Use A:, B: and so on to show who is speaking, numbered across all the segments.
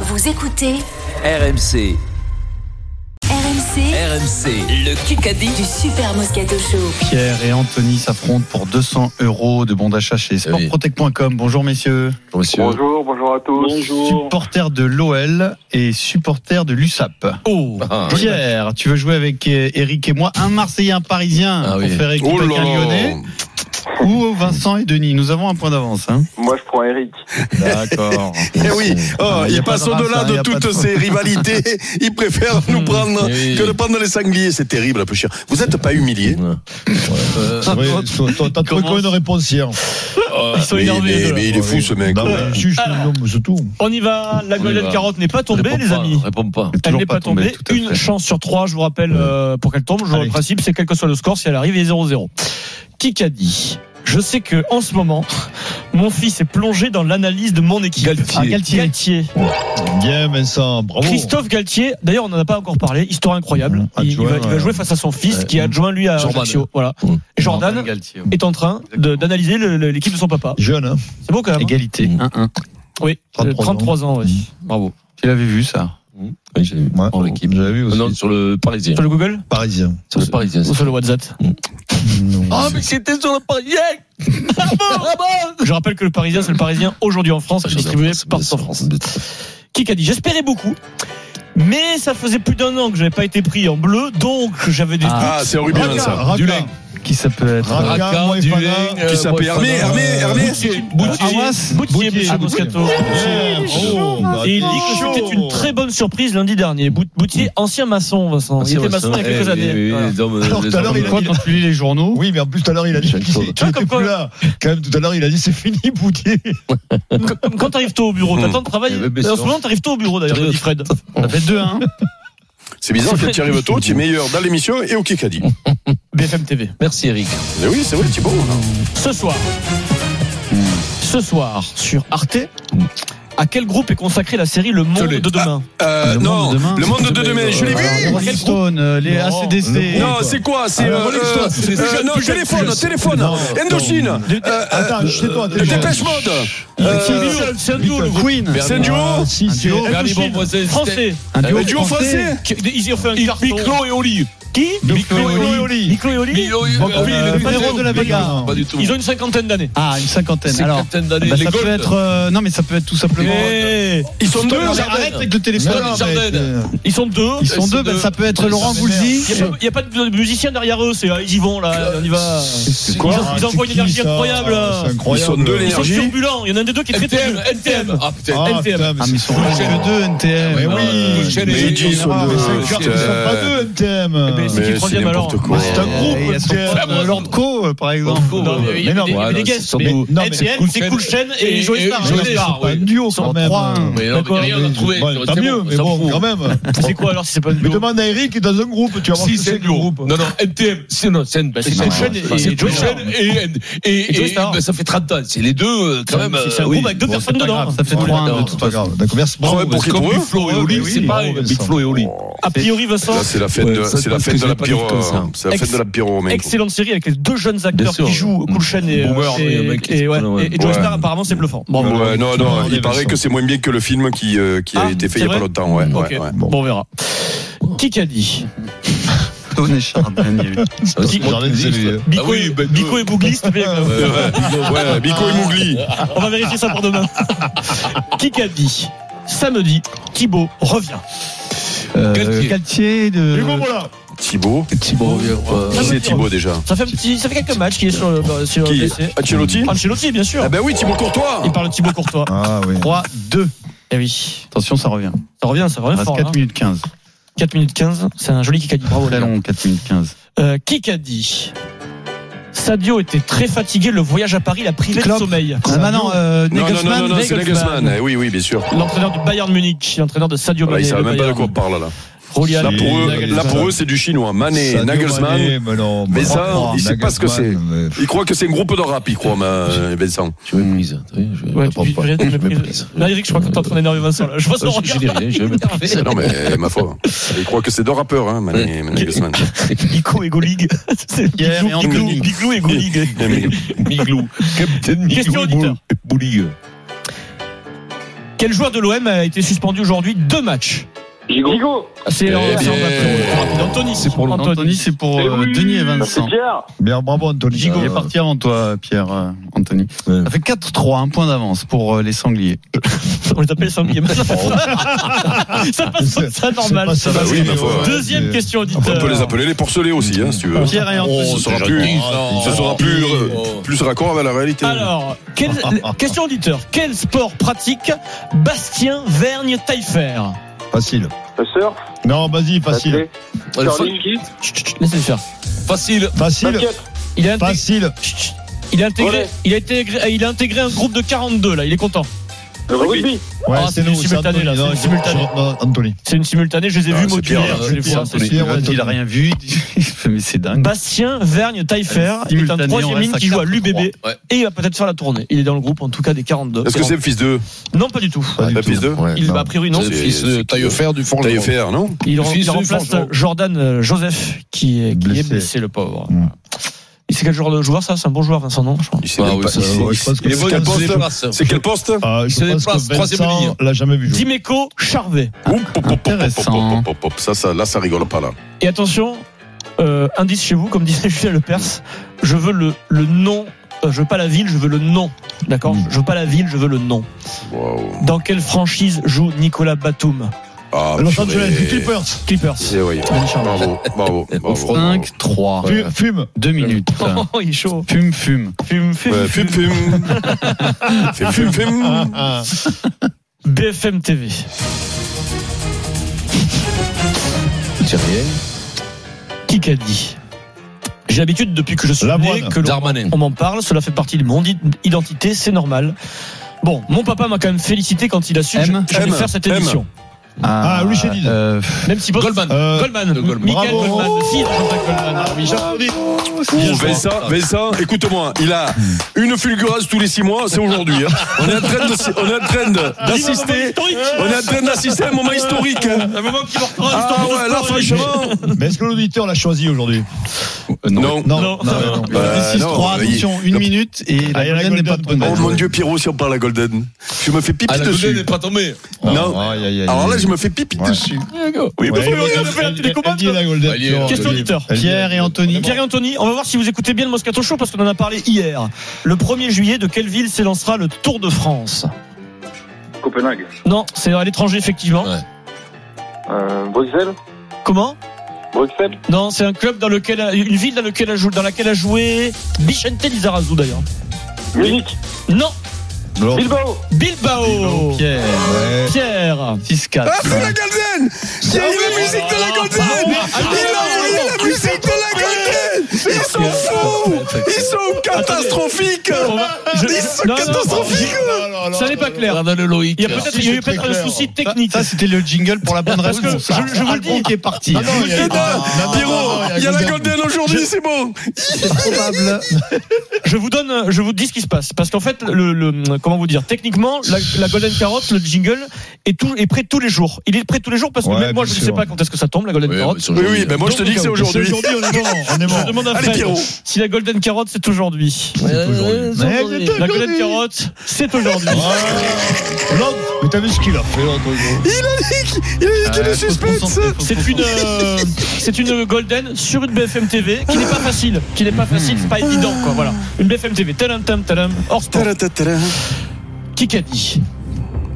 A: Vous écoutez
B: RMC,
A: RMC
B: RMC, le Kikadi
A: du Super Moscato Show.
C: Pierre et Anthony s'affrontent pour 200 euros de bons d'achat chez
D: Eh Oui.
C: sportprotect.com. Bonjour messieurs.
E: Bonjour, bonjour à tous.
C: Supporter de l'OL et supporter de l'USAP. Oh
D: Ah, oui.
C: Pierre, tu veux jouer avec euh, Eric et moi, un Marseillais, un Parisien
D: Ah,
C: pour
D: oui.
C: faire équipe
D: Oh
C: avec
D: là
C: un
D: là.
C: Lyonnais ou Vincent et Denis Nous avons un point d'avance. Hein
E: Moi, je prends Eric.
C: D'accord.
F: Eh oui, oh,
C: Il y a
F: il
C: pas
F: passe
C: de race, hein,
F: au-delà
C: il y
F: de
C: a pas
F: toutes
C: de-
F: ces rivalités. Il préfère nous prendre
D: Eh oui.
F: que de prendre les sangliers. C'est terrible, peu cher. Vous n'êtes pas humilié
D: Euh,
G: T'as trouvé
H: Commence.
G: combien de réponses hier
D: euh,
C: Bah, oh,
H: Ils sont
F: mais,
H: énervés.
F: mais-
H: les deux, là.
F: mais il est fou ce mec.
G: Bah ouais, si, je te
H: Alors.
G: nomme, c'est tout.
H: On y va. La
D: On y
H: Golden
D: va.
H: Carotte n'est pas tombée,
D: réponds
H: les
D: pas,
H: amis.
D: Réponds pas.
H: Elle
C: Toujours
H: n'est
C: pas
H: pas tombée.
C: tombée, tout à
H: Une
C: fait.
H: chance sur trois, je vous rappelle, euh, pour qu'elle tombe. Je
G: Allez.
H: le principe, c'est quel que soit le score, si elle arrive, il est 0-0. Qui qu'a dit Je sais que en ce moment, mon fils est plongé dans l'analyse de mon équipe.
D: Galtier.
H: Ah, Galtier. Galtier.
G: Bien, Vincent, bravo.
H: Christophe Galtier, d'ailleurs on n'en a pas encore parlé, histoire incroyable.
G: Mmh.
H: Il, il va,
G: Adjoint,
H: il va jouer face à son fils
D: ouais.
H: qui est adjoint lui à
D: Jordan.
H: Ajaccio. Voilà.
D: Mmh.
H: Et Jordan
D: Galtier.
H: est en train de- d'analyser le- le- l'équipe de son papa.
G: Jeune, hein
H: C'est beau quand même.
C: Égalité.
D: Mmh.
C: 1-1.
H: Oui,
G: 33
H: 33, ans, oui.
D: Bravo.
C: Tu l'avais vu ça
D: Oui, j'ai vu.
G: Ouais.
D: Pour l'équipe.
G: J'avais vu aussi.
D: Non, sur le Parisien.
H: Sur le Google
G: Parisien.
D: Sur le Parisien.
H: ou sur le WhatsApp
G: Non.
D: Ah, mais c'était sur le Parisien
H: Je rappelle que le Parisien, c'est le Parisien aujourd'hui en France, qui est distribué par
D: en
H: en France. Qui a dit J'espérais beaucoup, mais ça faisait plus d'un an que j'avais pas été pris en bleu, donc j'avais des.
F: Ah, c'est horrible
G: Raka,
F: ça.
G: Raka,
D: Du lin.
C: Qui ça peut être
G: Raka,
D: Raka,
G: Moefana,
D: Dulin, euh,
F: Qui s'appelait Hermé, Hermé, Hermé.
H: Boutier, Boutier,
C: Awas
H: bah, ah, Boutier,
G: Boutier,
H: monsieur
G: ah,
H: Moscato.
G: Ouais, bravo, bah,
H: Et il dit que c'était une très bonne surprise lundi dernier. Bout- Boutier, ancien maçon, Vincent. Il était maçon il y a quelques années. Voilà.
G: Alors, tout à l'heure, il a
C: Quoi,
G: dit-
C: quand tu lis les journaux
G: Oui, mais en plus, tout à l'heure, il a dit
D: Jeune
G: qu'il
D: chose.
G: qu'il
H: Ah,
G: était
H: comme quoi.
G: plus là. Quand même, tout à l'heure, il a dit c'est fini, Boutier.
H: Comme Quand t'arrives tôt au bureau, t'attends de travailler.
D: Eh ben, bien
H: En
D: sûr.
H: ce moment, t'arrives tôt au bureau d'ailleurs,
D: Sérieux.
H: dit Fred.
C: Ça fait hein. 2-1.
F: C'est bizarre que tu arrives tôt, tu es meilleur dans l'émission et au Kikadi.
C: Oh.
H: BFM TV.
D: Merci Eric.
F: Mais oui, c'est vrai, tu es bon.
H: Ce soir. Ce soir, sur Arte, à quel groupe est consacrée la série Le Monde
D: Télé.
H: de demain
F: Euh,
C: Le
F: non,
C: monde de demain.
F: le monde de demain, je l'ai vu.
C: Rolling Stone, euh, les
G: Non,
C: ACDC.
G: le-
F: Non, c'est quoi
C: Ah,
F: C'est.
G: Alors,
F: euh,
G: Rolling Stone, c'est
F: euh,
G: plus jeune,
F: non,
G: plus jeune,
F: téléphone,
G: plus jeune.
F: téléphone.
G: Non,
F: Indochine.
G: non.
F: Euh, euh,
G: Attends, tais-toi, tais-toi.
F: Dépêche mode.
C: Ah,
H: C'est un- C'est un duo, euh, le groupe.
C: Queen.
F: C'est un duo
G: Ah, si,
C: Un
G: c'est-
C: duo.
D: Bernie
H: Indochine,
D: Bonvoisin, c'était-
H: Français.
C: Un
D: Euh,
C: duo,
F: Le duo français.
H: Qui- Ils ont fait un carton.
D: et Oli.
H: Qui
C: Miklo et Oli.
H: Miklo et Oli.
D: Milo et
G: Bon,
D: euh,
G: oui,
D: euh,
C: le
D: pas
C: frérot
D: du
C: de la
D: tout,
C: Vega.
D: Pas du tout.
H: Ils ont une cinquantaine d'années.
C: Ah, une cinquantaine. Alors,
D: Cinquantaine d'années.
C: bah,
D: Les
C: ça peut
D: Gold.
C: être. euh, non, mais ça peut être tout simplement.
H: Eh,
F: Ils sont deux.
D: Jardin.
C: Arrête avec le téléphone.
D: Stone
G: Non,
D: Jardin.
G: mais, euh,
H: Ils sont deux. Ah,
C: Ils sont
D: Ils
C: deux,
D: sont
C: bah,
D: deux.
C: ça peut être
D: Ça
C: Laurent
D: m'énerve.
C: Voulzy.
H: Il n'y a, pas de musicien derrière eux, c'est euh, ils y vont là, on y va.
D: C'est
H: Ils,
F: quoi
H: ont- ils envoient une
G: c'est qui,
H: énergie
G: ça
H: incroyable. là.
G: C'est
F: Ils
G: incroyable.
F: sont
C: euh,
F: deux
H: Ils sont
F: l'énergie.
H: turbulents, il y en a un des deux qui est très
D: NTM,
H: turbulent.
D: NTM. Ah putain.
G: Ah,
H: NTM.
G: putain, mais
C: Ah, mais
G: c'est-
C: ils sont que deux, NTM.
G: Mais
D: Ah,
G: oui.
D: Michel
F: Mais
D: et
F: ils disent, sont
G: Mais
F: deux.
G: c'est clair qu'ils sont pas deux,
H: Eh ben,
G: NTM.
H: c'est qui le
F: Mais c'est
H: troisième,
F: n'importe
H: alors
C: Bah,
F: quoi.
G: C'est un groupe,
C: Et elles sont
G: NTM.
C: pas- Landco, euh, par exemple.
D: Landco,
H: Non, mais il y
G: Mais
H: a
G: non,
H: des- il y a
D: voilà,
H: des
D: c'est
H: guests.
D: surtout-
H: Mais
G: Non, mais
H: NTM, c'est Cool Chain et
D: et-
H: Joël hein,
D: et
H: Star.
D: Joël
H: Joël Star,
D: Star,
H: oui.
D: oui.
G: Un duo quand
C: En
G: même.
C: 3-1.
H: hein.
D: Mais non, mais rien, on a trouvé.
G: Bon,
D: C'est
G: Tant
D: bon,
G: mieux,
D: on
G: mais
D: s'en
G: bon,
D: fout.
G: quand même.
H: C'est quoi alors si c'est pas une
G: Mais
H: duo
G: demande à Eric, il est dans un groupe, tu vas voir
D: Si
G: ce que
D: c'est le groupe. Non, non, NTM, c'est non, c'est
H: c'est
D: c'est non,
H: Cool Chain
D: c'est
H: et-
D: pas-
H: et
D: c'est
H: Joey
D: Cool
H: Star.
D: Chain et, et, et,
H: Et Joey
D: et-
H: Star.
D: ben, ça fait 30 ans. C'est les deux, euh, quand même.
H: C'est un
D: euh, oui.
H: groupe avec deux
D: Bon,
H: personnes
D: c'est pas
H: dedans.
D: grave.
C: Ça fait
G: Bon,
C: 3-1 de
G: d'accord,
C: toute
G: pas
C: façon.
G: grave. D'accord, merci.
F: Ouais,
G: Bravo.
F: pour
D: C'est
F: qu'ils
D: comme
F: trouvent
D: Big
F: eux.
D: Flo et
G: Ouais,
D: Oli.
G: mais
D: C'est
G: oui,
D: pareil.
G: bravo,
D: Big
G: Vincent.
D: Flo et Oli.
H: A priori, Vincent,
F: Là, c'est la fête
D: Ouais,
F: de,
D: ça,
F: c'est la
D: parce
F: fête
D: que
F: de
D: je l'ai
F: la
D: pas dit
F: pire,
D: comme ça.
F: euh, c'est la fête de la pire romaine.
H: excellente série avec les deux jeunes acteurs
D: sûr.
H: qui jouent Cool Chain et,
D: Boomer,
H: et,
D: oui, le mec qui
H: et-
D: se
H: ouais,
D: prend, ouais.
H: et- et Joey
F: Ouais.
H: Star, apparemment, c'est bluffant. Bravo.
F: Ouais, non, non,
G: Ouais,
F: il paraît
G: Vincent.
F: que c'est moins bien que le film qui, euh, qui
H: Ah,
F: a été fait il
H: c'est
F: n'y a pas
H: vrai
F: longtemps. Ouais,
H: Ok,
F: ouais, ouais.
H: bon, on verra. Qui qu'a dit
C: Tony Chardin, il y a eu.
G: Jardin, c'est lui.
H: Bico,
D: Ah oui,
H: et-
D: ben,
H: Bico et Bougli, s'il te plaît, quand
F: Ouais,
H: même.
F: ouais, Bico et Mougli.
H: euh, On va vérifier ça pour demain. Qui qu'a dit Samedi, Thibaut revient.
C: Euh,
D: Galtier.
C: Galtier de.
G: Hugo Mollin.
F: Thibaut.
D: Thibaut, viens, ouais.
F: Qui c'est Thibaut déjà
H: Ça fait, un petit, ça fait quelques matchs qu'il est sur le euh, sur
F: Qui
H: blessé.
F: Ancelotti
H: Ancelotti, bien sûr.
F: Ah ben oui, Thibaut Courtois.
H: Il parle de Thibaut Courtois.
G: Ah oui.
C: 3-2.
H: Eh oui.
C: Attention, ça revient.
H: Ça revient, ça revient
C: Reste
H: fort. hein.
C: 4 minutes 15.
H: 4 minutes 15. C'est un joli Kikadi. Bravo,
C: Très long, 4 minutes 15.
H: Euh, qui qu'a dit Sadio était très fatigué, le voyage à Paris l'a privé
C: Klopp.
H: de sommeil.
C: Ah, bah non, euh,
F: Non, non, non,
C: Nagelsmann.
F: non, non, c'est Nagelsmann. Ah Eh oui, oui, bien sûr.
H: L'entraîneur du Bayern Munich, l'entraîneur de Sadio
F: Voilà,
H: Mané.
F: ils savent
H: le
F: même pas de
H: Bayern.
F: quoi on parle là.
H: Rolian.
F: Là pour eux,
G: Nagelsmann.
F: là, pour eux, c'est du chinois. Mané,
G: Sadio
F: Nagelsmann.
G: Mané, mais non,
F: Mais
G: bon,
F: ça,
G: bon,
F: il sait pas ce que c'est.
G: Nagelsmann,
F: Ils croient que c'est un groupe de rap, ils croient, mais, euh, Vincent.
D: Je méprise. tu sais, Je
H: Ouais,
D: je
H: tu-
D: prends
H: tu-
D: pas.
H: tu- tu-
D: Je
H: tu-
D: méprise.
H: Là, Eric, je crois que t'es en train d'énerver Vincent. Là. Je vois son
D: Je-
H: regard.
D: je dis rien, je méprise.
F: Ah Non, mais eh, ma foi. Ils croient que c'est deux rappeurs, hein, Mané, Nagelsmann.
H: Bico et Golig. C'est
C: Pierre et
H: Biglou, Biglou,
C: Anthony.
H: Biglou et Golig.
F: Mais-
D: Miglou. Captain Miglou.
H: Question auditeur.
D: Bouligue.
H: Quel joueur de l'OM a été suspendu aujourd'hui deux matchs
E: Gigo
H: C'est
D: Eh bien,
H: Anthony. Anthony.
C: C'est pour Anthony, c'est pour euh, Denis et
E: C'est
C: Vincent.
E: Pierre
G: Bien, bravo Anthony.
C: Gigot. Il est
G: Euh,
C: parti avant toi, Pierre, euh, Anthony.
G: Ouais.
C: Ça fait 4-3, un point d'avance pour euh, les sangliers.
H: On les appelle sangliers. ça passe comme Oh. ça normal.
G: Oh, C'est pas
F: Bah
G: ça,
F: oui,
G: c'est-
F: ma foi.
H: Deuxième
G: c'est- Oh,
H: question
F: On
H: auditeur.
F: peut les appeler les porcelets aussi, hein, si tu veux.
C: Pierre et Anthony.
F: Ce sera plus, ce sera plus, euh, plus raccord avec la réalité.
H: Alors, quel- question auditeur. Quel sport pratique Bastien Vergne Taillefer
G: Facile.
E: Le surf
G: Non, vas-y, facile.
E: Facile. Curling
H: Chut, chut, Laissez-le faire.
D: Facile.
G: Facile.
E: Basket
H: Il a, inté-
G: Facile.
H: Chut, chut. il a intégré,
E: Volley.
H: il a intégré, il a intégré un groupe de 42 là. Il est content.
E: Le rugby
G: Ouais,
H: Ah, c'est
G: c'est nous.
H: du simultané, là,
G: Anthony.
H: c'est
G: Non,
H: du simultané.
G: non, Anthony.
H: C'est une simultanée. Je les ai
F: Ah,
H: vus
F: c'est
H: modulaires.
F: Pierre,
H: je les vois,
G: Pierre,
H: c'est
G: Pierre,
H: super.
G: Anthony.
C: Il a rien vu. il fait, Mais c'est dingue.
H: Bastien Vergne Taillefer
C: Simultané,
H: est un
C: on
H: troisième
C: reste
H: ligne
C: à
H: qui joue à
C: 4-3.
H: l'UBB et
D: Ouais.
H: il va peut-être faire la tournée. Il est dans le groupe en tout cas des 42.
F: Est-ce que c'est le fils de
H: Non, pas du tout.
G: Pas du
F: La
G: tout.
F: piste deux
G: Ouais,
H: Il,
G: non.
H: a priori, non.
F: C'est-
D: Fils de Taillefer du Fort
F: Taille fer, non
H: Il,
D: le
H: rem-
D: fils
H: il
D: du
H: remplace
D: Franchement.
H: Jordan euh, Joseph qui, est, qui est
G: Blessé.
H: blessé, le pauvre.
G: Mm.
H: Et c'est quel genre de joueur ça C'est un bon joueur, Vincent, non je crois.
F: Il sait
D: Ah
F: même
D: oui,
F: pas-
D: ça,
F: il sait-
G: Euh, ouais, je pense
F: il est
G: que
F: bon,
G: c'est
F: quel
G: un
F: poste
G: zéro.
F: C'est quel poste
G: Ah,
D: Il se
G: je pense
D: déplace,
G: que
D: troisième ligne.
G: Vincent l'a jamais vu jouer.
H: Dimeco Charvet.
F: Oup, pop, pop, pop, pop,
C: Intéressant.
F: pop, pop, pop. Ça, ça, là, ça rigole pas là.
H: Et attention, euh, indice chez vous, comme disait Julien Lepers, je veux le, le nom, euh, je veux pas la ville, je veux le nom. D'accord Je veux pas la ville, je veux le nom.
F: Waouh.
H: Dans quelle franchise joue Nicolas Batum
F: Ah,
G: Los
F: purée.
G: Angeles Clippers.
H: Clippers.
F: Eh oui.
H: Denis Charvet.
F: Bravo, bravo, bravo.
C: 5, 3,
G: Fume, Fume.
C: 2 minutes.
H: Oh, il est chaud.
C: Fume, fume.
H: Fume, fume.
F: Ouais, Fume, fume. Fume, fume, fume.
G: Ah, ah.
H: BFM TV.
D: C'est rien.
H: Qui qu'a dit J'ai l'habitude depuis que je suis né
G: Lavoine.
H: que l'on
D: Darmanin.
H: on m'en parle, cela fait partie de mon i- identité, c'est normal. Bon, mon papa m'a quand même félicité quand il a su que
C: M.
H: j'allais
F: M.
H: faire cette
F: M.
H: émission.
G: Ah, Louis Chédid.
C: euh,
H: Même si
D: Goldman.
G: Euh,
H: Goldman,
D: de Goldman.
H: Michael
G: Bravo.
H: Goldman, le fils de Jean-Jacques Goldman. Ah oui, Jean-
F: Ouh, Vincent, Vincent, écoute-moi, il a une fulgurance tous les six mois, c'est aujourd'hui. hein. Hmm. On est en train de- on est en train de- d'assister.
H: Historique.
F: On est en train d'assister à un moment historique. hein.
H: Un moment qui marquera
F: Ah
H: l'histoire de
F: ouais,
H: ce
F: là
H: sport, oui.
F: franchement.
G: Mais est-ce que l'auditeur l'a choisi aujourd'hui
F: Non.
H: Non.
G: Non, non, non.
C: Il y avait
F: Euh,
C: 6,
F: non,
C: 3,
F: il-
C: attention, une
F: le-
C: minute et
G: Ah, il y a
C: la
G: la
C: golden n'est pas
G: golden
C: tombée.
G: peut-être.
F: Oh mon dieu, Pierrot, si on parle à Golden. Je me fais pipi
D: À Ah, la
F: dessus.
D: n'est pas tombée.
F: Non.
G: Ah, aïe, aïe, aïe.
F: Alors là, je me fais pipi
G: Ouais.
F: dessus. Oui, bah,
G: Ouais,
F: mais
H: on
G: mais
H: a
G: elle-
H: fait la
G: elle-
H: télécommande.
G: Bah, elle dit la Golden.
D: Elle y est,
H: Question
D: Golden.
H: auditeur.
G: Elle dit-
C: Pierre et Anthony.
H: Pierre et Anthony, on va voir si vous écoutez bien le Moscato Show parce qu'on en a parlé hier. Le 1er juillet, de quelle ville s'élancera le Tour de France
E: Copenhague
H: Non, c'est à l'étranger effectivement.
D: Ouais.
E: euh, Bruxelles
H: Comment
E: Bruxelles
H: Non, c'est un club dans lequel une ville dans laquelle a joué, dans laquelle a joué Bichente Lizarazu d'ailleurs.
E: Munich
H: Non,
G: Non.
E: Bilbao
H: Bilbao.
C: Pierre.
G: Ouais.
H: Pierre.
C: 6, 4.
F: Ah, c'est la Golden Il y a eu la musique de la
C: Ah,
F: Golden Il a eu la musique de la Golden Ils sont fous Ils sont catastrophiques
H: On va-
C: ah,
H: je-
F: Ils sont
H: non, non,
F: catastrophiques
H: Ça n'est pas clair.
D: Regarde le Loïc.
H: Il y a peut-être il y a eu peut-être un souci technique.
C: Ça, c'était le jingle pour la bonne
H: Parce que
C: réponse.
H: je- je vous le dis.
C: Alban qui est parti.
G: Ah, non, il y a-
F: Eh ben,
G: Ah, non, non,
F: Pierrot,
G: non,
F: il y a la Golden aujourd'hui, c'est bon
C: C'est probable.
H: Je vous donne, euh, je vous dis ce qui se passe parce qu'en fait, le, le- comment vous dire, techniquement, la, la golden carotte, le jingle est tout est prêt tous les jours. Il est prêt tous les jours parce que
G: Ouais,
H: même moi,
G: bien
H: je ne
G: sûr.
H: sais pas quand est-ce que ça tombe la golden carotte.
F: Oui, oui, ben moi je te
H: Donc,
F: dis que c'est
H: c'est
F: aujourd'hui
G: Aujourd'hui, on est mort. On est
H: Je
G: mort.
H: demande à
F: Allez
H: Fred
F: Pierrot
H: si la golden carotte c'est aujourd'hui.
G: aujourd'hui.
H: La golden carotte, c'est aujourd'hui.
G: L'autre, mais t'as vu ce qu'il a fait, Antonio
F: Il y a que le suspense
H: C'est une, euh, c'est une golden sur une BFM TV qui n'est pas facile, qui n'est pas facile, c'est pas évident quoi. Voilà, une BFM TV. Talam tam talam. Hors sport.
F: Taratatara.
H: Qui qu'a dit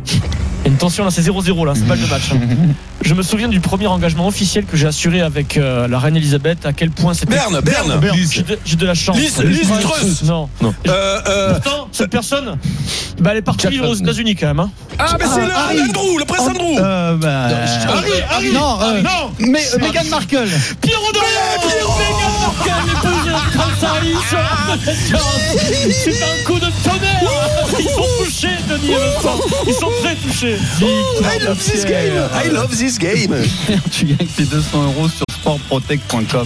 H: Il y a une tension là, c'est 0-0 là, c'est pas le match. hein. Je me souviens du premier engagement officiel que j'ai assuré avec euh, la reine Elisabeth, à quel point c'était.
F: Berne, Berne
H: J'ai de, j'ai de la chance.
F: Lise, Lise Truss.
H: Non.
F: Euh, euh,
H: Pourtant, cette personne, bah, elle est partie
D: Jack
H: vivre aux
D: London.
H: États-Unis quand même. hein.
F: Ah, mais c'est là, Andrew, le prince Andrew
C: Euh, bah,
H: Harry, Harry, Ah,
C: non, euh,
H: non
C: mais euh, Meghan Markle.
H: Pierrot de Meghan Markle, l'épouse de Prince Harry sur la planète Terre. C'est un coup de tonnerre Ils sont touchés, Denis et Vincent. Ils sont très touchés
F: I love this game I love this game
C: Tu gagnes tes 200 euros sur sportprotect.com.